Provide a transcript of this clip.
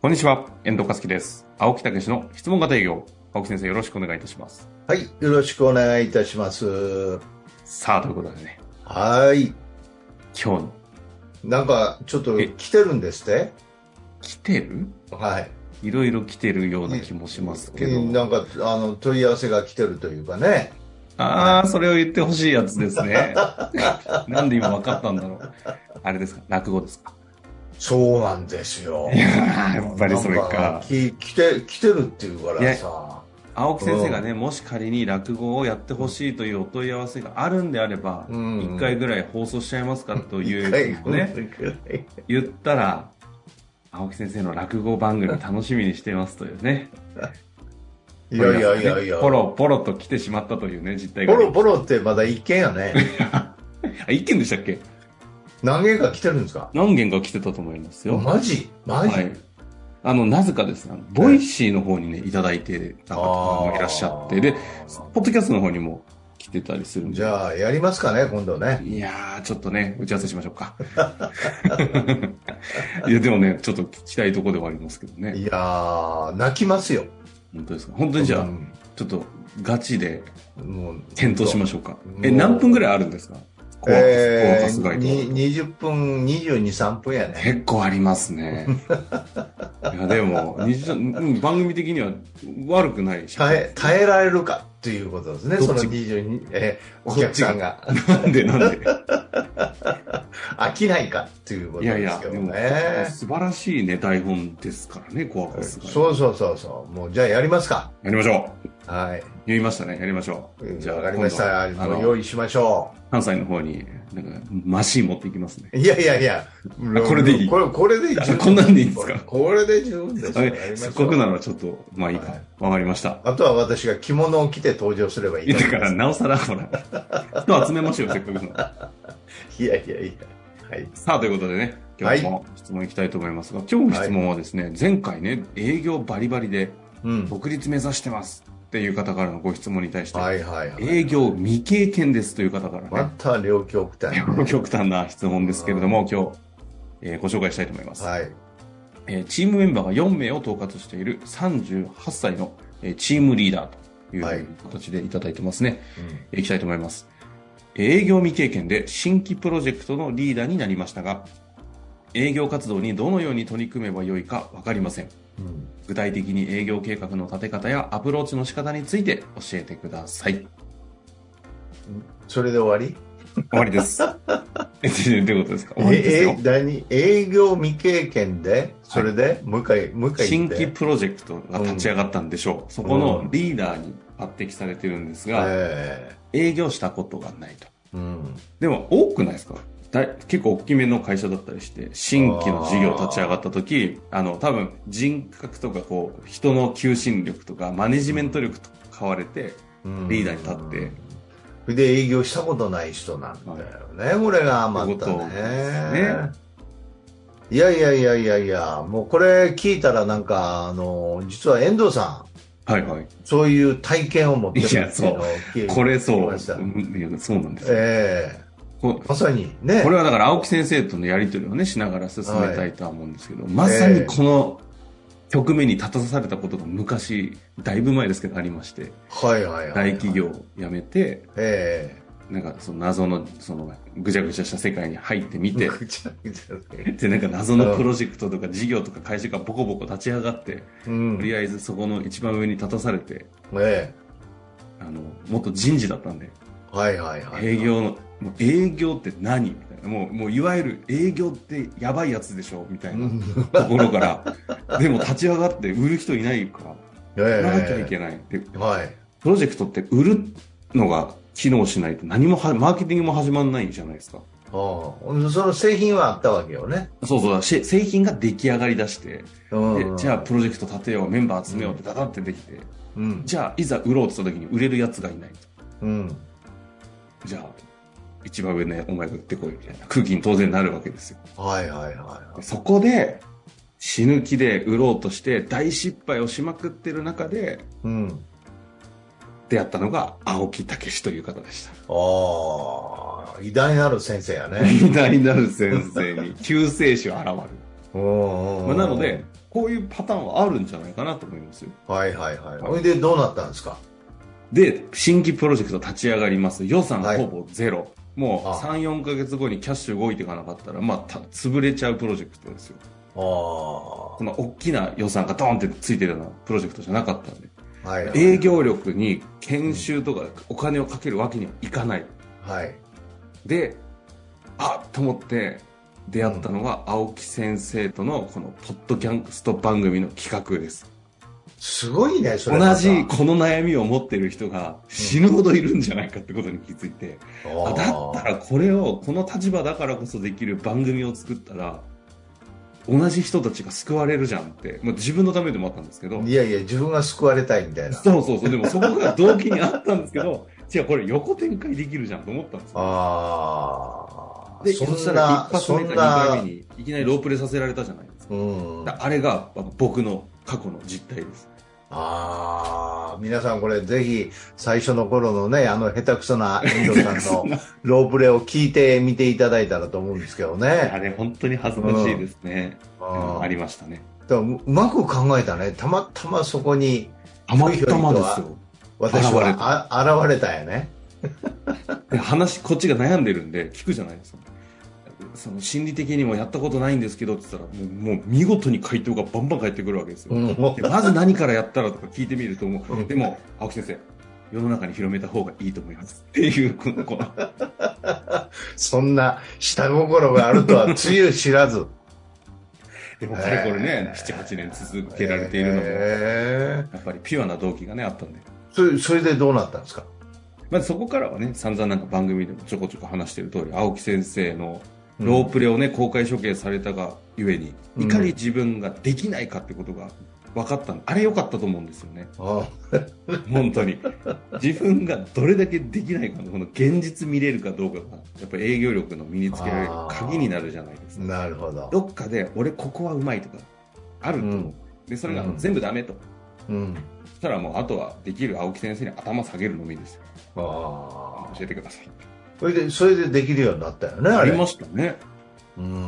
こんにちは、遠藤和樹です。青木武の質問型営業。青木先生、よろしくお願いいたします。はい、よろしくお願いいたします。さあ、ということでね、はい、今日のなんかちょっとえ来てるんですって。来てるはい。いろいろ来てるような気もしますけど。なんかあの問い合わせが来てるというかね。ああ、それを言ってほしいやつですね。 なんで今分かったんだろう。あれですか落語ですか そうなんですよ。いやーやっぱりそれなんか。き来て来てるっていうからさ。青木先生がね、もし仮に落語をやってほしいというお問い合わせがあるんであれば、一うん回ぐらい放送しちゃいますかとはいい、うのをね、ね。言ったら、青木先生の落語番組楽しみにしてますというね。いやいやいやいや。ポポロロポロと来てしまったというね、実態が。ポロってまだ一件やね。 あ、一件でしたっけ何件か来てるんですか。何件か来てたと思いますよ。マジマジ。はい。あの、なぜかですね、あのボイシーの方にね、いただいてた方もいらっしゃって、で、ポッドキャストの方にも来てたりするんで。じゃあやりますかね今度ね。いやー、ちょっとね、打ち合わせしましょうか。 いや、でもね、ちょっと聞きたいとこではありますけどね。いやー泣きますよ。本当ですか。本当にじゃあ、うんちょっとガチでもう検討しましょうかう。んえ、何分ぐらいあるんですかコアコアえカースガイド。に20分、22、3分やね。結構あります ね。いや、でも、日常うん番組的には悪くないし。耐え、耐えられるかっていうことですね、どっそのち22、えーこっおちが客さんが なんでなんで。飽きないかっていうこといやいでや、すけどでも、ね。素晴らしいね、台本ですからね、コアコアスガイド。そうそうそうそう。もうじゃあやりますか。やりましょう。はい。言いましたね、やりましょう。じゃあわかりまし今度はた。あもうの用意しましょ関西の方に、なんか、マシン持っていきますね。う。いやいやいや、これでいいこれこれでいいあ。こんなんでいいんですかこれで十分ですよ。やりえましせょっうかくならちょっと、まあいいかはい。わ、かりました。あとは私が着物を着て登場すればいいだから、なおさら、ほら、人集めましょうよ、せっかくなら。いやいやいや。はい。さあ、ということでね、今日も質問いきたいと思いますが、今日の質問はですね、前回ね、営業バリバリで、うん。独立目指してますっていう方からのご質問に対して、はいはいはい。営業未経験ですという方からね、また両極端 ね。極端な質問ですけれども、今日、えーご紹介したいと思います、はい。えーチームメンバーが4名を統括している38歳の、えーチームリーダーといはうい形でいただいてますね。い、きたいと思います。えー営業未経験で新規プロジェクトのリーダーになりましたが、営業活動にどのように取り組めばよいかわかりません。うん具体的に営業計画の立て方やアプローチの仕方について教えてください。それで終わり終わりです。 え、どういうことですか終わりですえよえ。何営業未経験で、それで、向井、向井で新規プロジェクトが立ち上がったんでしょう。そこのリーダーに抜擢されてるんですが、え営業したことがないと。えうん。でも多くないですかだい結構大きめの会社だったりして、新規の事業立ち上がった時、あの、多分人格とかこう、人の求心力とか、マネジメント力とか買われて、うんリーダーに立って。それで営業したことない人なんだよね、これがまってたことでねすねいやいやいやいやいや、もうこれ聞いたらなんか、あの、実は遠藤さはいはい。ん、そういう体験を持ってるっていうのを聞いこれそ聞きう、ましたうんいやそうなんですよ。えこえまさにね。これはだから青木先生とのやり取りをね、しながら進めたいとは思うんですけど、まさにこの局面に立たされたことが昔、だいぶ前ですけどありまして、はいはいはい。大企業を辞めて、えなんかその謎の、そのぐちゃぐちゃした世界に入ってみえて、ぐちゃぐちゃで、なんか謎のプロジェクトとか事業とか会社がボコボコ立ち上がって、うんとりあえずそこの一番上に立たされて、えあの、元人事だったんで、えはいはいはい。営業の、もう営業って何みたいな。もう、もういわゆる営業ってやばいやつでしょみたいな。うんところから、 でも立ち上がって売る人いないかええら、なきゃいけない。で、はい。プロジェクトって売るのが機能しないと何もは、マーケティングも始まらないじゃないですか。ああその製品はあったわけよね。そうそうだ、し製品が出来上がりだして、でうん、じゃあ、プロジェクト立てよう、メンバー集めようってダダってできて、うん。じゃあいざ売ろうとした時に売れるやつがいないと。うん。じゃあ、一番上ね、お前が売ってこいみたいな空気に当然なるわけですよ。はいはいはでそこで、死ぬ気で売ろうとして大失敗をしまくってる中で、い。うん。出会ったのが青木武史という方で した。 ああ、偉大なる先生やね。偉大なる先生に救世主現る。うままあ、なので、こういうパターンはあるんじゃないかなと思いますよ。はいはいはい。ほいで、どうなったんですかで、新規プロジェクト立ち上がります。予算はいほぼゼロ。もうあ3、4ヶ月後にキャッシュ動いていかなかったら、まあ、た潰れちゃうプロジェクトですよ。ああ。はこの大きな予算がドーンってついてるようなプロジェクトじゃなかったんで。いはい、はい。営業力に研修とかお金をかけるわけにはいかない。はい。で、あっと思って出会ったのが青木先生とのこのポッドキャスト番組の企画です。すごいね、それ。同じこの悩みを持ってる人が死ぬほどいるんじゃないかってことに気づいて、ああだったらこれをこの立場だからこそできる番組を作ったら同じ人たちが救われるじゃんって、まあ、自分のためでもあったんですけどいやいや、自分が救われたいみたいな。そうそうそうでもそこが動機にあったんですけど 違うこれ横展開できるじゃんと思ったんですよああ。でそそしたんらな一、発そ目んか2な回目、にいきなりロープレさせられたじゃないですかうん。だあれがまあ僕の過去の実態ですああ、皆さんこれぜひ最初の頃のね、あの下手くそな遠藤さ んのロープレを聞いてみていただいたらと思うんですけどあね。れ本当に恥ずかしいですね、うんああーりましたねだからうまく考えたね。たまたまそこにたまたまですよ私現れはあ現れたよね。で話こっちが悩んでるんで聞くじゃないですかその心理的にもやったことないんですけどって言ったらもうもう見事に回答がバンバン返ってくるわけですよ、うんでまず何からやったらとか聞いてみるともう、 うんでも青木先生世の中に広めた方がいいと思いますっていうこのこ のそんな下心があるとはつゆ知 らず。でもかれこれね、78年続けられているのも、へーやっぱりピュアな動機がねあったんでそれそれでどうなったんですかまずそこからはね散々なんか番組でもちょこちょこ話してる通り青木先生のロープレをね、公開処刑されたがゆえに、うんいかに自分ができないかってことが分かったのあれ良かったと思うんですよね。あ本当に。自分がどれだけできないかの、この現実見れるかどうかが、やっぱり営業力の身につけられる鍵になるじゃないですあか。なるほど。どっかで、俺ここはうまいとか、あると思う。うんで、それがうん全部ダメと。うん。そしたらもう、あとはできる青木先生に頭下げるのみですよ。ああ。教えてください。それで、それでできるようになったよね、ああれり。ましたね。うん。